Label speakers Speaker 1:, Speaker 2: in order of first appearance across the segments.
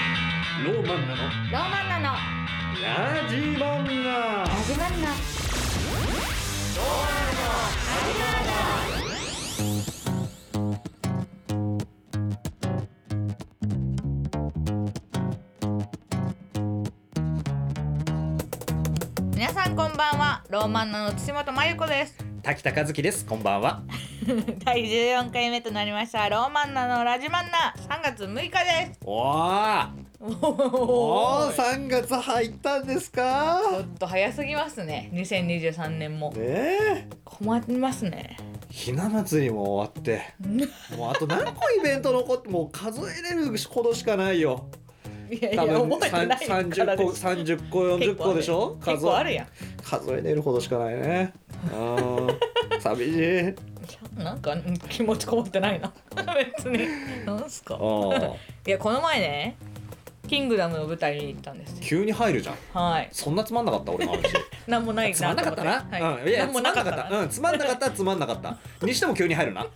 Speaker 1: ローマンナの
Speaker 2: ローマンナの
Speaker 1: ラジマンナ
Speaker 2: ラジマンナ皆さんこんばんはローマンナの土本真由子です
Speaker 1: 滝田和樹ですこんばんは
Speaker 2: 第14回目となりましたローマンナのラジマンナ3月6日です
Speaker 1: おーおー3月入ったんですか
Speaker 2: ちょっと早すぎますね2023年も
Speaker 1: ねえ
Speaker 2: 困りますね
Speaker 1: ひな祭りも終わってもうあと何個イベント残ってもう数えれるほどしかないよ
Speaker 2: いやい
Speaker 1: 多
Speaker 2: や
Speaker 1: 分
Speaker 2: 覚えて
Speaker 1: 三
Speaker 2: ないか
Speaker 1: 30
Speaker 2: らで
Speaker 1: 個
Speaker 2: す
Speaker 1: 30個40個でしょ
Speaker 2: 結
Speaker 1: 数
Speaker 2: 構ある
Speaker 1: え
Speaker 2: やん
Speaker 1: 数えれるほどしかないねあー寂しい
Speaker 2: なんかうん気持ちこもってないな 別になんすか
Speaker 1: あー
Speaker 2: いやこの前ね「キングダム」の舞台に行ったんですよ
Speaker 1: 急に入るじゃん
Speaker 2: はい
Speaker 1: そんなつまんなかった俺の話
Speaker 2: なんもない
Speaker 1: つまんなか
Speaker 2: と
Speaker 1: っ
Speaker 2: 思
Speaker 1: た
Speaker 2: て
Speaker 1: な、
Speaker 2: は
Speaker 1: うん、い
Speaker 2: い、
Speaker 1: や
Speaker 2: なんもなかったな
Speaker 1: つまんなかったうんつまんなかったつまんなかったにしても急に入るな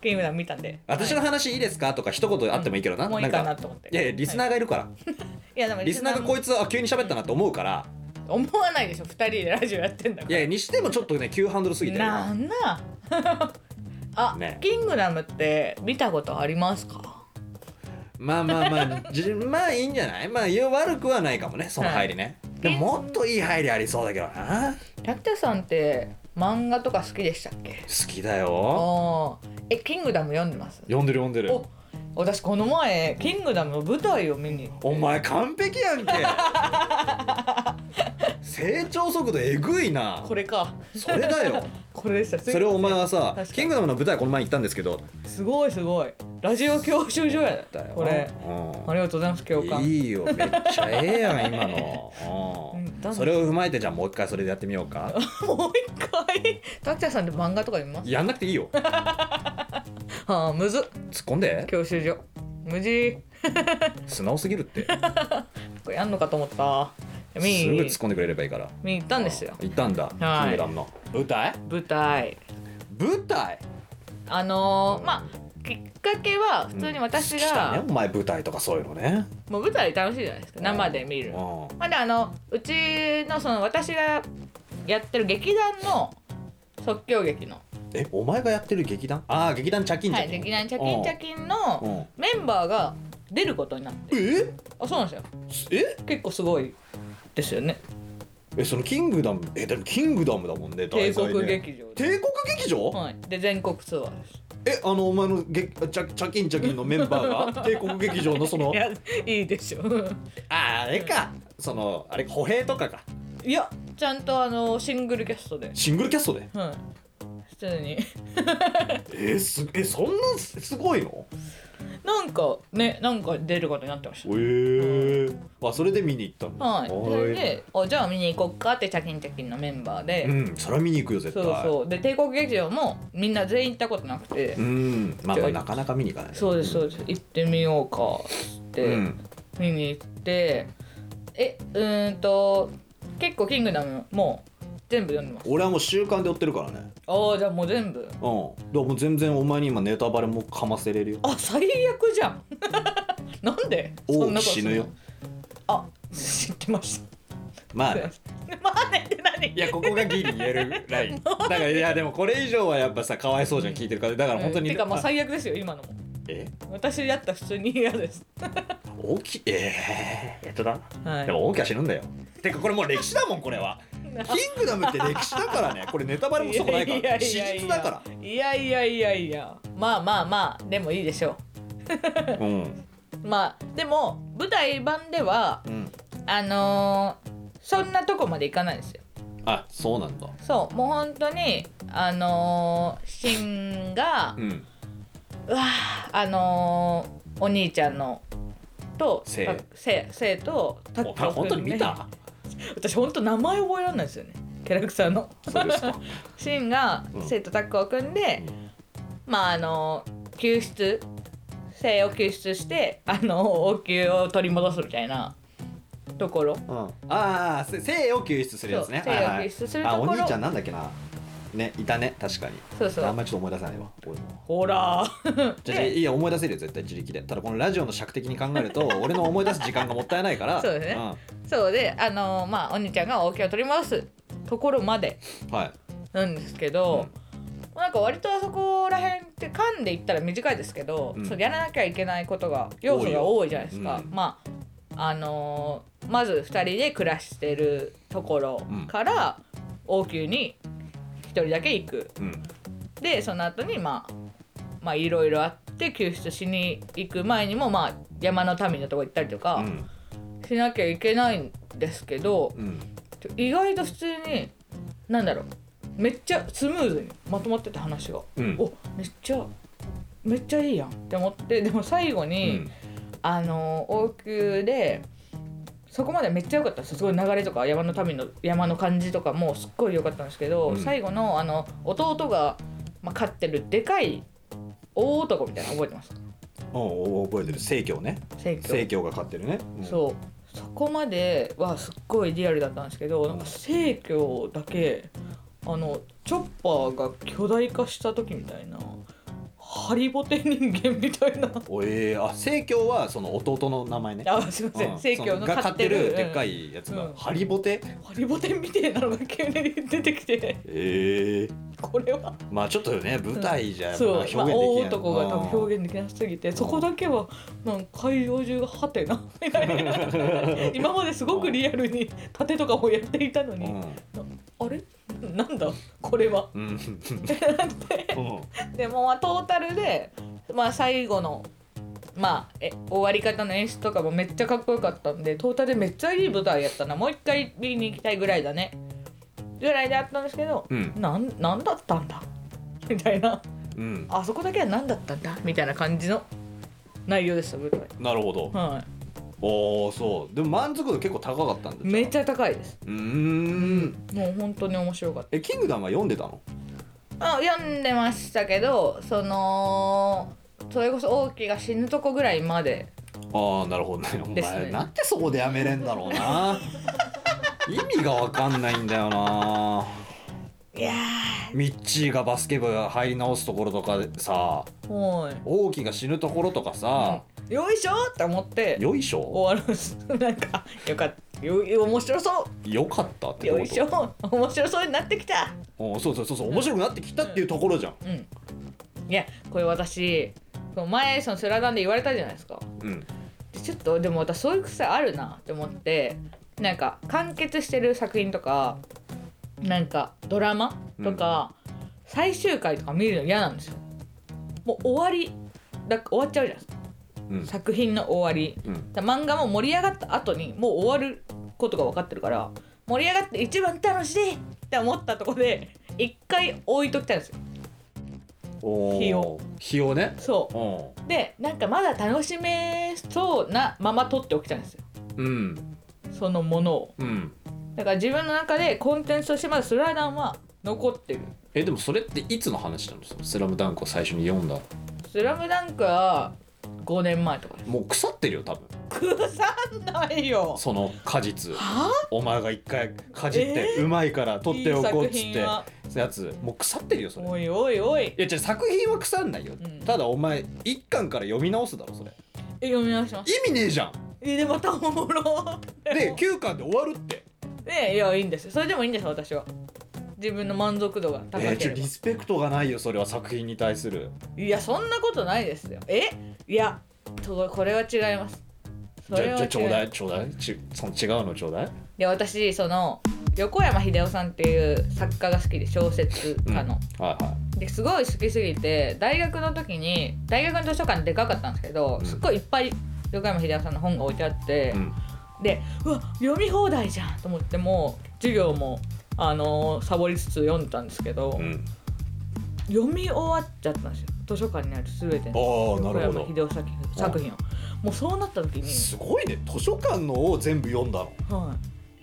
Speaker 2: キングダム見たんで
Speaker 1: 私の
Speaker 2: はい
Speaker 1: 話いいですかとか一言あってもいいけどな、
Speaker 2: もうい
Speaker 1: ないん
Speaker 2: かな
Speaker 1: か
Speaker 2: と思って
Speaker 1: いやいやリスナーがいるから、
Speaker 2: いやでも
Speaker 1: リスナーがこいつあ急に喋ったなと思うから
Speaker 2: も思わないでしょ二人でラジオやってんだか
Speaker 1: い
Speaker 2: ら
Speaker 1: やいやにしてもちょっとね急ハンドルすぎてるよ
Speaker 2: なん なあ、
Speaker 1: ね
Speaker 2: キングダムって見たことありますか
Speaker 1: まあまあまあじまあいいんじゃないまあ言う悪くはないかもねその入りね、でももっといい入りありそうだけどな
Speaker 2: 滝田さんって漫画とか好きでしたっけ
Speaker 1: 好きだよ
Speaker 2: ああえキングダム読んでます
Speaker 1: 読んでる読んでる
Speaker 2: お私この前「キングダム」の舞台を見に行って
Speaker 1: お前完璧や んけ成長速度えぐいな
Speaker 2: これか
Speaker 1: それだよ
Speaker 2: これでしたすい
Speaker 1: それをお前はさ
Speaker 2: 確か
Speaker 1: 「
Speaker 2: に
Speaker 1: キングダム」の舞台この前行ったんですけど
Speaker 2: すごいすごいラジオ教習所や
Speaker 1: だよ
Speaker 2: これあ
Speaker 1: う
Speaker 2: りがとうございます教
Speaker 1: ん
Speaker 2: 官
Speaker 1: いいよめっちゃええや ん今の、うん
Speaker 2: うんだ
Speaker 1: それを踏まえてじゃあもう一回それでやってみようか
Speaker 2: もう一回達也さんって漫画とか読みます
Speaker 1: やんなくていいよ突っ
Speaker 2: ああむずっ
Speaker 1: 込んで
Speaker 2: 教習所無事
Speaker 1: 素直すぎる って
Speaker 2: これやんのかと思った
Speaker 1: すぐ
Speaker 2: 見
Speaker 1: 突っ
Speaker 2: に
Speaker 1: 込んでくれればいいから
Speaker 2: 見に行ったんですよ
Speaker 1: 行ったんだ「キングダム」の舞台
Speaker 2: 舞台
Speaker 1: 舞台
Speaker 2: あのー、まあきっかけは普通に私
Speaker 1: 好きだ
Speaker 2: が、
Speaker 1: ねお前舞台とかそういうのね
Speaker 2: もう舞台楽しいじゃないですか生で見る
Speaker 1: うん
Speaker 2: まあであのうちのその私がやってる劇団の即興劇の、
Speaker 1: えお前がやってる劇団ああ劇団チャキンチ
Speaker 2: は
Speaker 1: ャ
Speaker 2: い、
Speaker 1: キン、
Speaker 2: 劇団チャキンチャキンの
Speaker 1: うん
Speaker 2: メンバーが出ることになって
Speaker 1: え
Speaker 2: あそうなんですよ
Speaker 1: え
Speaker 2: 結構すごいですよね
Speaker 1: えそのキングダムえでもキングダムだもんね
Speaker 2: 帝
Speaker 1: 題材ね
Speaker 2: 国劇場で、
Speaker 1: 帝国劇場、
Speaker 2: はい、で全国ツアーです
Speaker 1: えあのお前のげチャチャキンチャキンのメンバー が帝国劇場のその
Speaker 2: いやいいでしょ
Speaker 1: ああれかそのあれ歩兵とかか
Speaker 2: いやちゃんとあのシングルキャストで、
Speaker 1: シングルキャストで
Speaker 2: はい、普通に
Speaker 1: えすえそんなすすごいの
Speaker 2: なんかねなんか出ることになってまし
Speaker 1: え
Speaker 2: た
Speaker 1: ー、あそれで見に行ったんだ
Speaker 2: はい、そ
Speaker 1: ー
Speaker 2: れであじゃあ見に行こっかってチャキンチャキンのメンバーで、
Speaker 1: うんそれは見に行くよ絶
Speaker 2: そ
Speaker 1: 対
Speaker 2: うそうで帝国劇場もみんな全員行ったことなくて、
Speaker 1: んまあまあなかなか見に行かないね
Speaker 2: そうですそうです行ってみようかっつって、
Speaker 1: うん
Speaker 2: 見に行ってえうーんと結構「キングダム」もう全部読んでます
Speaker 1: 俺はもう習慣で追ってるからね
Speaker 2: ああじゃあもう全部
Speaker 1: うんだからもう全然お前に今ネタバレもかませれるよ
Speaker 2: あ最悪じゃん なんで
Speaker 1: 王
Speaker 2: そんなこと
Speaker 1: 死ぬよ
Speaker 2: あ知ってました
Speaker 1: まあ ね
Speaker 2: まあねって何
Speaker 1: いやここがギリ言えるラ インだからいやでもこれ以上はやっぱさかわいそうじゃん聞いてるからだから本当に、
Speaker 2: うんてかまあ
Speaker 1: あ
Speaker 2: 最悪ですよ今のも
Speaker 1: え
Speaker 2: 私やったら普通に 嫌です
Speaker 1: 大きいええー、やっとだ
Speaker 2: はい
Speaker 1: でも大きは死ぬんだよてかこれもう歴史だもんこれはキングダムって歴史だからねこれネタバレもそこないから史実だから
Speaker 2: いやいやいやいやまあまあまあでもいいでしょ
Speaker 1: らうん
Speaker 2: うまあでも舞台版では
Speaker 1: うん
Speaker 2: あのーそんなとこまでいかないんですよ
Speaker 1: あそうなんだ
Speaker 2: そうもう本当にあのーシンが、
Speaker 1: うん
Speaker 2: うわーあのーお兄ちゃんのと
Speaker 1: せい
Speaker 2: たせいせいとた
Speaker 1: お前本当に見た
Speaker 2: 私本当名前覚えられないですよねキャラクターの
Speaker 1: そうですか
Speaker 2: シンが
Speaker 1: うん
Speaker 2: 生徒タッグを組んで、まああの救出生を救出してあの王宮を取り戻すみたいなところ
Speaker 1: うん、ああせ生を救出するやつね
Speaker 2: そう
Speaker 1: はいはい
Speaker 2: 生を救出するところ
Speaker 1: あお兄ちゃんなんだっけなねいたね確かに
Speaker 2: そうそう
Speaker 1: あんまりちょっと思い出さないわ俺も
Speaker 2: ほら
Speaker 1: じゃあいや思い出せるよ絶対自力でただこのラジオの尺的に考える と俺の思い出す時間がもったいないから
Speaker 2: そうですねそうであのまあお兄ちゃんが OK を取り戻すところまで
Speaker 1: うんはい
Speaker 2: なんですけど、なんか割とあそこら辺って噛んでいったら短いですけど、
Speaker 1: うん
Speaker 2: そうやらなきゃいけないことが要素が多いじゃないですか
Speaker 1: 多いよ。うん
Speaker 2: まああのーまず2人で暮らしてるところから王宮に1人だけ行く
Speaker 1: うん
Speaker 2: でその後にまあまあいろいろあって救出しに行く前にもまあ山の民のとこ行ったりと
Speaker 1: う
Speaker 2: か
Speaker 1: ん
Speaker 2: しなきゃいけないんですけど、
Speaker 1: うん
Speaker 2: 意外と普通になんだろうめっちゃスムーズにまとまってた話が。
Speaker 1: うん
Speaker 2: おめっちゃめっちゃいいやんって思ってでも最後
Speaker 1: う
Speaker 2: に、
Speaker 1: ん
Speaker 2: あの王宮でそこまでめっちゃ良かったですすごい流れとか山の民の山の感じとかもすっごい良かったんですけど、
Speaker 1: うん
Speaker 2: 最後のあの弟が、まあ、飼ってるでかい大男みたいなの覚えてます
Speaker 1: おう覚えてる正教ね
Speaker 2: 選挙
Speaker 1: 正教が勝ってるねうん
Speaker 2: そうそこまではすっごいリアルだったんですけどなんか聖教だけあのチョッパーが巨大化した時みたいなハリボテ人間みたいな
Speaker 1: おえーあ正教はその弟の名前ね
Speaker 2: あすいませ
Speaker 1: うん
Speaker 2: ん聖
Speaker 1: そ
Speaker 2: 教の
Speaker 1: が
Speaker 2: 飼
Speaker 1: 飼っ
Speaker 2: って
Speaker 1: てる
Speaker 2: る
Speaker 1: でっか
Speaker 2: い
Speaker 1: いやつが、
Speaker 2: うん
Speaker 1: ハリボテ
Speaker 2: ハリボテみたいなのが急に出てきて
Speaker 1: ええ
Speaker 2: これは
Speaker 1: まあちょっとね舞台じゃ、
Speaker 2: そう、
Speaker 1: まあ、表現でき
Speaker 2: まあ、
Speaker 1: ない、
Speaker 2: 大男が多分表現できなすぎてそこだけはなんか会場中がハテナみ たいな今まですごくリアルに盾とかもやっていたのに、あれなんだこれは
Speaker 1: うんうんうん
Speaker 2: でもまあトータルで、まあ、最後の、まあ、え終わり方の演出とかもめっちゃかっこよかったんでトータルでめっちゃいい舞台やったなもう一回見に行きたいぐらいだねぐらいであったんですけど、
Speaker 1: うん
Speaker 2: なんなんだったんだみたいな
Speaker 1: うん
Speaker 2: あそこだけは何だったんだみたいな感じの内容でした舞台
Speaker 1: なるほど、
Speaker 2: は
Speaker 1: おおそうでも満足度結構高かったんだ
Speaker 2: いめっち
Speaker 1: ゃ
Speaker 2: ゃ高いです
Speaker 1: うーん
Speaker 2: もう本当に面白かった
Speaker 1: えキングダムは読んでたの
Speaker 2: あ読んでましたけどそのそれこそ王毅が死ぬとこぐらいまで
Speaker 1: ああなるほどねお前
Speaker 2: ですね
Speaker 1: なんでそこでやめれんだろう な意味がわかんないんだよない
Speaker 2: や
Speaker 1: ミッチーがバスケ部入り直すところとかでさ
Speaker 2: ーは
Speaker 1: 王毅が死ぬところとかさ、
Speaker 2: いよいしょって思って
Speaker 1: よいしょ
Speaker 2: 終わるん ですなんかよかったよ面白そ
Speaker 1: よかったっ
Speaker 2: う
Speaker 1: てどうい
Speaker 2: よ
Speaker 1: う
Speaker 2: い
Speaker 1: こ
Speaker 2: し
Speaker 1: と
Speaker 2: ょ面白そうになってきた
Speaker 1: おそうそうそうそう面白くなってきたっていうところじゃん
Speaker 2: うんいやこれ私この前そのスラダンで言われたじゃないですか
Speaker 1: うん
Speaker 2: でちょっとでも私そういう癖あるなって思ってなんか完結してる作品とかなんかドラマとか、最終回とか見るの嫌なんですよもう終わりだ終わっちゃうじゃないですか
Speaker 1: うん
Speaker 2: 作品の終わり
Speaker 1: うん
Speaker 2: だ漫画も盛り上がった後にもう終わることが分かってるから盛り上がって一番楽しいって思ったとこで一回置いときたいんですよ
Speaker 1: おー
Speaker 2: 日を
Speaker 1: 日をね
Speaker 2: そう
Speaker 1: う
Speaker 2: でなんかまだ楽しめそうなまま撮っておきたいんですよ
Speaker 1: んうん
Speaker 2: そのものを
Speaker 1: うん
Speaker 2: だから自分の中でコンテンツとしてまだスラダンは残ってる
Speaker 1: えでもそれっていつの話なんですかスラムダンクを最初に読んだ
Speaker 2: スラムダンクは5年前とか
Speaker 1: もう腐ってるよ多分
Speaker 2: 腐んないよ
Speaker 1: その果実
Speaker 2: は
Speaker 1: お前が一回かじって、うまいから 取っておこうっつ
Speaker 2: いい
Speaker 1: って
Speaker 2: 作品は
Speaker 1: やつもう腐ってるよそれ
Speaker 2: おいおいおい
Speaker 1: いやじゃ作品は腐んないよ、
Speaker 2: うん
Speaker 1: ただお前一巻から読み直すだろそれ
Speaker 2: え読み直しまし
Speaker 1: 意味ねえじゃん
Speaker 2: たえでまたおもろ
Speaker 1: で9巻で終わるって
Speaker 2: ねいやいいんですそれでもいいんです私は自分の満足度が高け
Speaker 1: えー、
Speaker 2: れ
Speaker 1: ちょ
Speaker 2: ば、
Speaker 1: リスペクトがないよそれは作品に対する
Speaker 2: いやそんなことないですよえいやとこれは違いますそ
Speaker 1: じ
Speaker 2: れ
Speaker 1: ゃ
Speaker 2: は
Speaker 1: じ
Speaker 2: 違
Speaker 1: ゃちょうだ
Speaker 2: い
Speaker 1: いちょうだいちその違うのちょうだい
Speaker 2: いや私その横山秀夫さんっていう作家が好きで小説家の、
Speaker 1: はいは
Speaker 2: ですごい好きすぎて大学の時に大学の図書館でかかったんですけど、
Speaker 1: うん
Speaker 2: すっごいいっぱい横山秀夫さんの本が置いてあって、
Speaker 1: い、うん、
Speaker 2: でうわ読み放題じゃんと思ってもう授業もあのーサボりつつ読んでたんですけど、
Speaker 1: うん、
Speaker 2: 読み終わっちゃったんですよ図書館にある全て
Speaker 1: あ
Speaker 2: の
Speaker 1: あなるほ
Speaker 2: 横山
Speaker 1: ど
Speaker 2: 秀夫作品作品をもうそうなった時に、
Speaker 1: すごいね図書館のを全部読んだの
Speaker 2: は、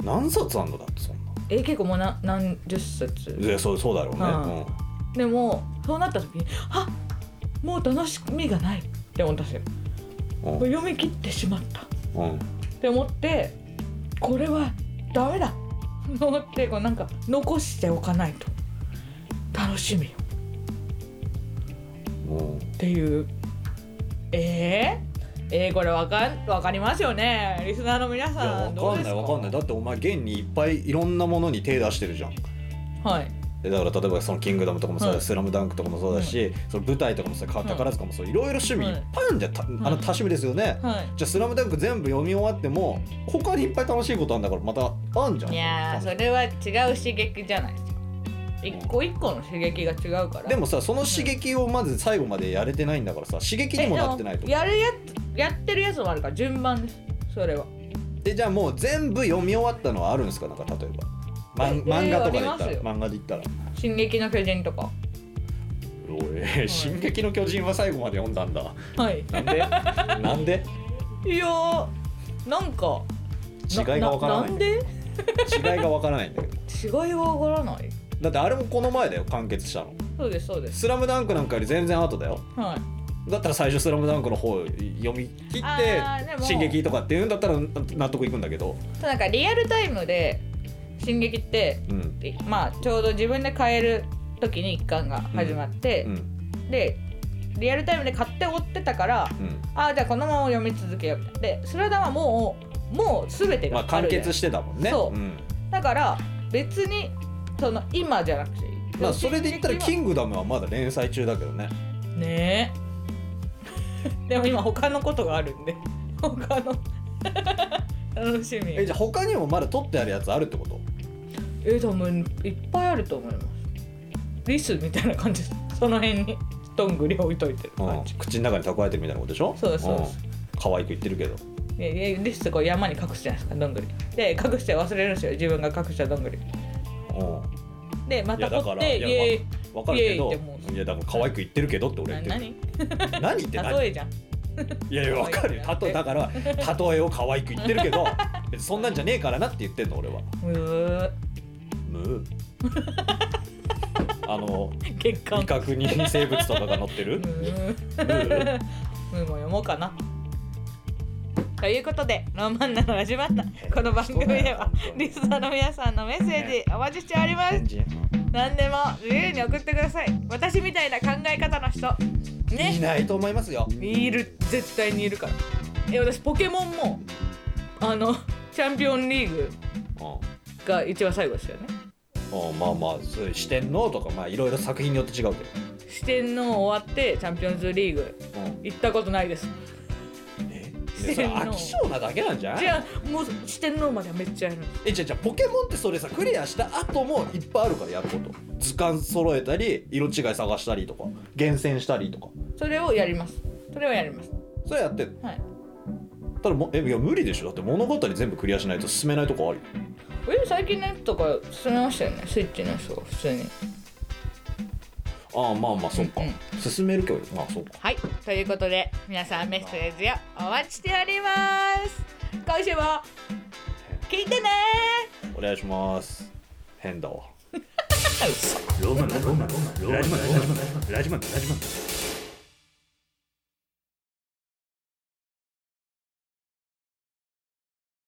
Speaker 1: 何冊あんのだってそんない
Speaker 2: え結構もうな何十冊
Speaker 1: いやそうそうだろうね、
Speaker 2: はでもそうなった時にあもう楽しみがないって思ったんですよ
Speaker 1: うん
Speaker 2: もう読み切ってしまったっ
Speaker 1: うんうん
Speaker 2: て思ってこれはダメだと思ってこうなんか残しておかないと楽しみっ
Speaker 1: も
Speaker 2: ていうえーえー、これわかんわかりますよねリスナーの皆
Speaker 1: ういや
Speaker 2: さんど
Speaker 1: わ
Speaker 2: う
Speaker 1: か
Speaker 2: で
Speaker 1: んな
Speaker 2: す
Speaker 1: い
Speaker 2: か
Speaker 1: わかんないだってお前現にいっぱいいろんなものに手出してるじゃん
Speaker 2: はい
Speaker 1: でだから例えばその「キングダム」とかもそうだし、
Speaker 2: はい
Speaker 1: スラムダンク」とかもそうだし、その舞台とかもそうだし宝塚もそういろいろ趣味いっぱいあるんじゃん、たあの多趣味ですよね、
Speaker 2: はい
Speaker 1: じゃあ「スラムダンク全部読み終わっても他にいっぱい楽しいことあるんだからまたあんじゃん
Speaker 2: いやーそれは違う刺激じゃないですか一個一個の刺激が違うから
Speaker 1: でもさその刺激をまず最後までやれてないんだからさ刺激にもなってないと
Speaker 2: えでもやるやつやってるやつもあるから順番ですそれは
Speaker 1: えじゃあもう全部読み終わったのはあるんですかなんか例えば、まん
Speaker 2: え
Speaker 1: 漫画とかで言った
Speaker 2: あ
Speaker 1: ら
Speaker 2: ります
Speaker 1: 漫画で言ったら
Speaker 2: 「進撃の巨人」とか
Speaker 1: 「おいえー進撃の巨人」は最後まで読んだんだ
Speaker 2: はい
Speaker 1: なんで なんで
Speaker 2: いやーなんか
Speaker 1: 違いがわからない
Speaker 2: んで
Speaker 1: 違いがわからないんだけど
Speaker 2: 違いがわからない
Speaker 1: だってあれもこの前だよ完結したの
Speaker 2: そうですそうで
Speaker 1: 「
Speaker 2: す
Speaker 1: スラムダンクなんかより全然後だよ
Speaker 2: はい
Speaker 1: だったら最初「スラムダンクの方読み切って
Speaker 2: あー
Speaker 1: 「
Speaker 2: でも
Speaker 1: 進撃」とかっていうんだったらな納得いくんだけど
Speaker 2: そうなんかリアルタイムで「進撃」って
Speaker 1: うん
Speaker 2: いまあちょうど自分で買える時に一巻が始まって、
Speaker 1: うん
Speaker 2: でリアルタイムで買って追ってたから
Speaker 1: うん
Speaker 2: あーじゃあこのまま読み続けようみたいなで「スラダン」はもうもう全て
Speaker 1: まあ
Speaker 2: があ
Speaker 1: 完
Speaker 2: るじゃない
Speaker 1: 結してたもんね
Speaker 2: そうんだから別にその今じゃなくていい
Speaker 1: まあそれで言ったら「キ
Speaker 2: ン
Speaker 1: ングダム」はまだ連載中だけどね
Speaker 2: ね えでも今他のことがあるんで 他の楽しみ
Speaker 1: えじゃあ他にもまだ撮ってあるやつあるってこと
Speaker 2: え多分いっぱいあると思いますリスみたいな感じ ですその辺にどんぐり置いといてる感じ、
Speaker 1: 口の中に蓄えてるみたいなことでしょ
Speaker 2: そうですそうです
Speaker 1: ん可愛く言ってるけど
Speaker 2: ででリスこう山に隠すじゃないですかどんぐりで隠して忘れるんですよ自分が隠したどんぐり
Speaker 1: う
Speaker 2: でま
Speaker 1: いや
Speaker 2: た
Speaker 1: だ
Speaker 2: 掘
Speaker 1: か
Speaker 2: っ
Speaker 1: ら
Speaker 2: て
Speaker 1: い
Speaker 2: イ
Speaker 1: や
Speaker 2: エ
Speaker 1: んわかるけど
Speaker 2: いやいやもう
Speaker 1: いやでも可愛く言ってるけどって俺
Speaker 2: ー
Speaker 1: 言
Speaker 2: イ
Speaker 1: っ
Speaker 2: な何
Speaker 1: てる何って何
Speaker 2: 例えじゃん
Speaker 1: いやいやわかるよ
Speaker 2: 可愛い
Speaker 1: 例えだから例えを可愛く言ってる けど別にそんなんじゃねえからなって言ってんの俺は
Speaker 2: うー
Speaker 1: む ーあの
Speaker 2: 月刊
Speaker 1: 威嚇に生物とかが乗ってる
Speaker 2: うー
Speaker 1: ム
Speaker 2: ん
Speaker 1: ー
Speaker 2: ムーも読もうかな。ということで、ロマンナのラジバンナ、この番組では
Speaker 1: そうだよ
Speaker 2: リスナーの皆さんのメッセージお待ちしております。何でも自由に送ってください。私みたいな考え方の人、
Speaker 1: い
Speaker 2: ね、
Speaker 1: ないと思いますよ
Speaker 2: いる絶対にいるから。え、私ポケモンもあのチャンピオンリーグ
Speaker 1: うん
Speaker 2: が一番最後ですよね。
Speaker 1: うんまあまあそういう四天王とかまあいろいろ作品によって違うけ
Speaker 2: 四天王終わってチャンピオンズリーグ
Speaker 1: ど、うん
Speaker 2: 行ったことないです。
Speaker 1: え
Speaker 2: 四
Speaker 1: それ
Speaker 2: 天王
Speaker 1: 飽き性なだけなんじゃない
Speaker 2: じゃあもう四天王まではめっちゃやるんです。
Speaker 1: えじゃあじゃあポケモンってそれさクリアした後もいっぱいあるからやること図鑑揃えたり色違い探したりとか厳選したりとか
Speaker 2: それをやります。それをやります。
Speaker 1: それやってんの
Speaker 2: はい。
Speaker 1: ただもえいや無理でしょだって物語全部クリアしないと進めないとこあるよ
Speaker 2: え最近のやつとか進めましたよねスイッチのやつを普通に
Speaker 1: ああまあまあそっか、
Speaker 2: うん
Speaker 1: 進めるけどまあそうか
Speaker 2: はいということで皆さんメッセージをお待ちしております今週も聞いてね
Speaker 1: お願いします変だわ
Speaker 2: ー
Speaker 1: ロマンだロマンだラジマンだラジマンだラジマンだラジマンだ